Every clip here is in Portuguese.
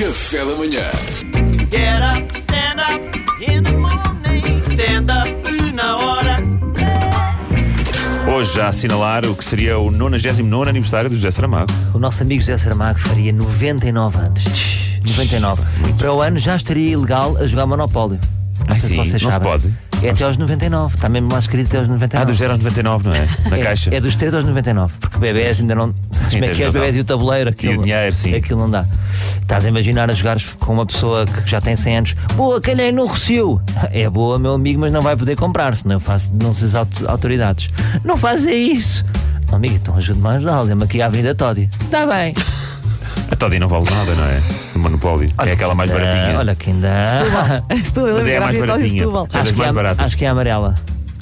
Café da manhã. Get up, stand up in the morning. Stand up na hora. Hoje a assinalar o que seria o 99 aniversário do José Saramago. O nosso amigo José Saramago faria 99 anos. 99. Para o ano já estaria ilegal a jogar Monopólio. Não Ai, sei se sim, vocês não se sabem. pode. É até aos 99. Está mesmo lá escrito até aos 99. Ah, do Gera aos 99, não é? Na é, caixa. É dos 3 aos 99, porque bebés ainda não. Sabes como é tens que é os razão. bebés e o tabuleiro? Aquilo, dinheiro, sim. Aquilo não dá. Estás a imaginar a jogares com uma pessoa que já tem 100 anos. Boa, calhei no Recio. É boa, meu amigo, mas não vai poder comprar, senão eu faço denúncias às autoridades. Não faça isso. Oh, amigo, então ajude-me a ajudar. Dê-me aqui à Avenida Toddy. Está bem. A Toddy não vale nada, não é? O Monopólio. é aquela mais baratinha. Ah, olha que ainda. Estou Mas é a a mais vitória de baratinha. Setúbal. É das Acho que, é, mais am- baratas. acho que é amarela.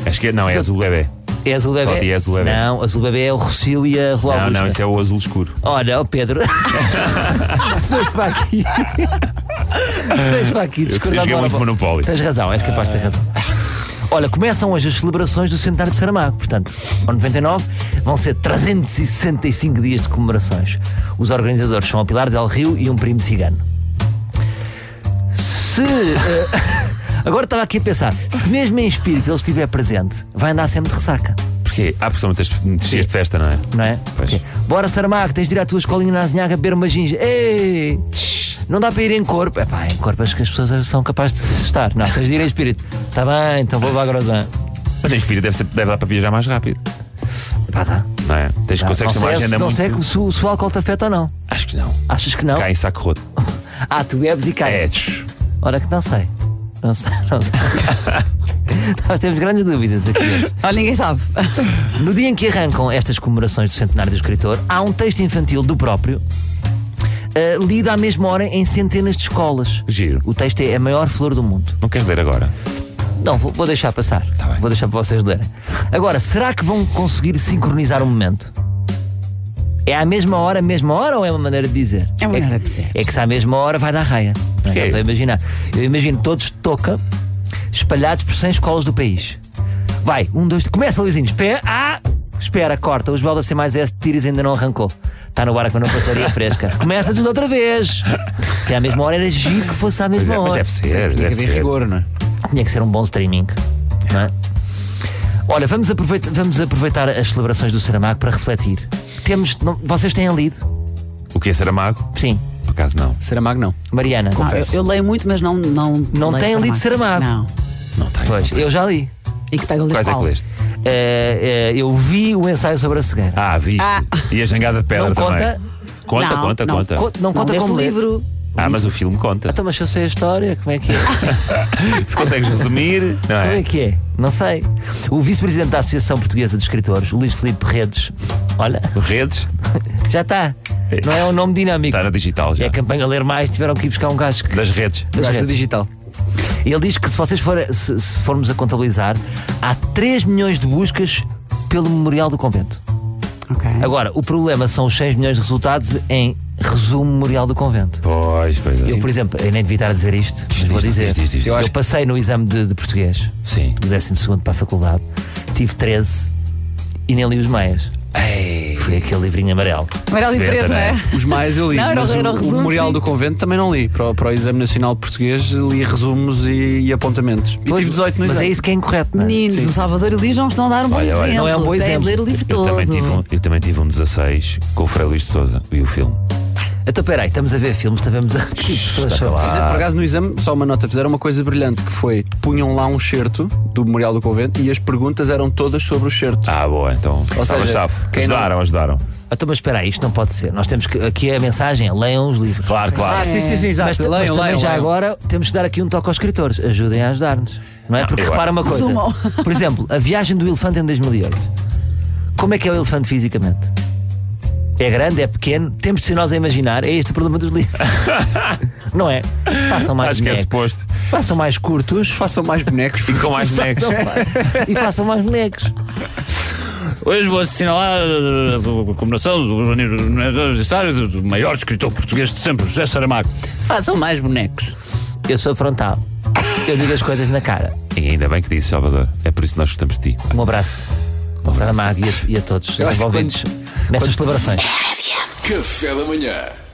Acho que é, não, é azul bebê. É azul bebê? Toddy é azul bebé. Não, azul bebê é o Rocio e a Rua Não, Augusta. não, isso é o azul escuro. Olha, ó Pedro. Se vais para aqui. Se vais para aqui, Eu, discordar joguei do muito Monopólio. Monopólio. Tens razão, és capaz de ter razão. Olha, começam hoje as celebrações do centenário de Saramago, portanto, ao 99 vão ser 365 dias de comemorações. Os organizadores são a Pilar del Rio e um primo cigano. Se. eh, agora estava aqui a pensar, se mesmo em espírito ele estiver presente, vai andar sempre de ressaca Porquê? Ah, porque são muitas muitos dias de festa, não é? não é? Pois. Ok. Bora, Saramago, tens de ir à tua escolinha na Azinhaga beber uma ginja. Ei! Não dá para ir em corpo. É pá, em corpo acho que as pessoas são capazes de se estar. Não, tens de ir em espírito. Tá bem, então vou lá a Grosã. Mas em espírito deve, ser- deve dar para viajar mais rápido. Pá, dá. Não é? Tens, Dá. consegues ter não uma sei, agenda se- não muito. sei se, o- se o álcool te afeta ou não. Acho que não. Achas que não? Cá em saco roto. Ah, tu bebes e cai. É, tch. Ora que não sei. Não sei, não sei. Nós temos grandes dúvidas aqui hoje. Olha, ninguém sabe. No dia em que arrancam estas comemorações do centenário do escritor, há um texto infantil do próprio, eh, lido à mesma hora em centenas de escolas. Giro. O texto é a maior flor do mundo. Não queres ler agora? Não, vou, vou deixar passar. Tá bem. Vou deixar para vocês lerem. Agora, será que vão conseguir sincronizar o momento? É à mesma hora, mesma hora ou é uma maneira de dizer? É uma que- maneira de dizer. É que se à mesma hora vai dar raia. Não é? Porquê? Já estou a imaginar. Eu imagino todos de toca, espalhados por 100 escolas do país. Vai, um, dois, três. começa, Luizinho. Espera, ah! Espera, corta. O Joel da C mais S de Tires ainda não arrancou. Está no bar com uma pastelaria fresca. Começa tudo outra vez. Se é à mesma hora era giro que fosse à Pois mesma é, mas hora. deve ser. Deve ser. não é? Tinha que ser um bom streaming. Não é? Olha, vamos aproveitar, vamos aproveitar as celebrações do Saramago para refletir. Temos, não- vocês têm lido? O que é Saramago? Sim, Por acaso não. Será magro não? Mariana. Não, eu, eu leio muito, mas não. Não, Não leio tem lido Saramago. Não. Não tem. Pois, eu já li. E que tem o Quais é que leste? Eh, eh, eu vi o ensaio sobre a cegueira. Ah, viste. Ah. E a jangada de pedra Não também. conta? Conta, Não, conta, não. conta. Co- não conta leste como o ler. livro. Ah, mas o filme conta. Então, mas se eu sei a história, como é que é? Se consegues resumir, não Como é é? que é? Não sei. O vice-presidente da Associação Portuguesa de Escritores, Luís Filipe Redes, olha, Redes? já está. Não é um nome dinâmico. Está na digital já. É a campanha Ler Mais, tiveram que ir buscar um gajo que Das redes. das redes. digital. Ele diz que se vocês for, se, se formos a contabilizar, há 3 milhões de buscas pelo memorial do convento. Ok. Ah, Agora, o problema são os 6 milhões de resultados em resumo memorial do convento. Pois, pois. é. Eu, por exemplo, eu nem devia estar a dizer isto, mas Diz, vou diz, dizer. diz, diz, diz. Eu, passei no exame de, de português, Sim. do 12 para a faculdade, tive 13 e nem li os maias. Ei. Foi aquele livrinho amarelo. Amarelo e Se vê, preto, não é? Os mais eu li, Não, era o- mas o, era o o resumo, Memorial sim. do Convento também não li. Para, o- para o Exame Nacional de Português li resumos e, e apontamentos. E Pois, tive 18 no Mas é exame. isso que é incorreto, não é? Meninos, o Salvador e o Luís não estão a dar um bom Olha, olha, exemplo. não é um bom Têm de exemplo. ler o livro Eu todo. também, tive um, eu também tive um 16 com o Frei Luís de Souza. Vi o filme. Então, peraí, estamos a ver filmes, estamos a repetir pessoas. está lá. Fizeram, por acaso no exame, só uma nota, fizeram uma coisa brilhante que foi punham lá um certo do Memorial do Convento e as perguntas eram todas sobre o certo. Ah, boa, então. Estava seja, chave. quem não- Ajudaram, ajudaram. Então, mas espera aí, isto não pode ser. Nós temos que. Aqui é a mensagem: leiam os livros. Claro, claro. Ah, sim, sim, sim, exato. É, Mas, Leiam, mas também leiam, já leiam. agora temos que dar aqui um toque aos escritores. Ajudem a ajudar-nos. Não é? Não, Porque eu repara uma coisa. Resumam. Por exemplo, a viagem do elefante em 2008. Como é que é o elefante fisicamente? É grande, é pequeno, temos de ser nós a imaginar. É este o problema dos livros. não é? Façam mais Acho que é bonecos. suposto. Façam mais curtos Façam mais bonecos. E com mais bonecos. e façam mais bonecos. Hoje vou assinalar a comemoração do aniversário do maior escritor português de sempre, José Saramago. Façam mais bonecos. Eu sou frontal. Eu digo as coisas na cara. E ainda bem que disse, Salvador. É por isso que nós gostamos de ti. Um abraço. ao Saramago e a, e a todos os Eu acho que envolvidos nestas celebrações. Café da manhã.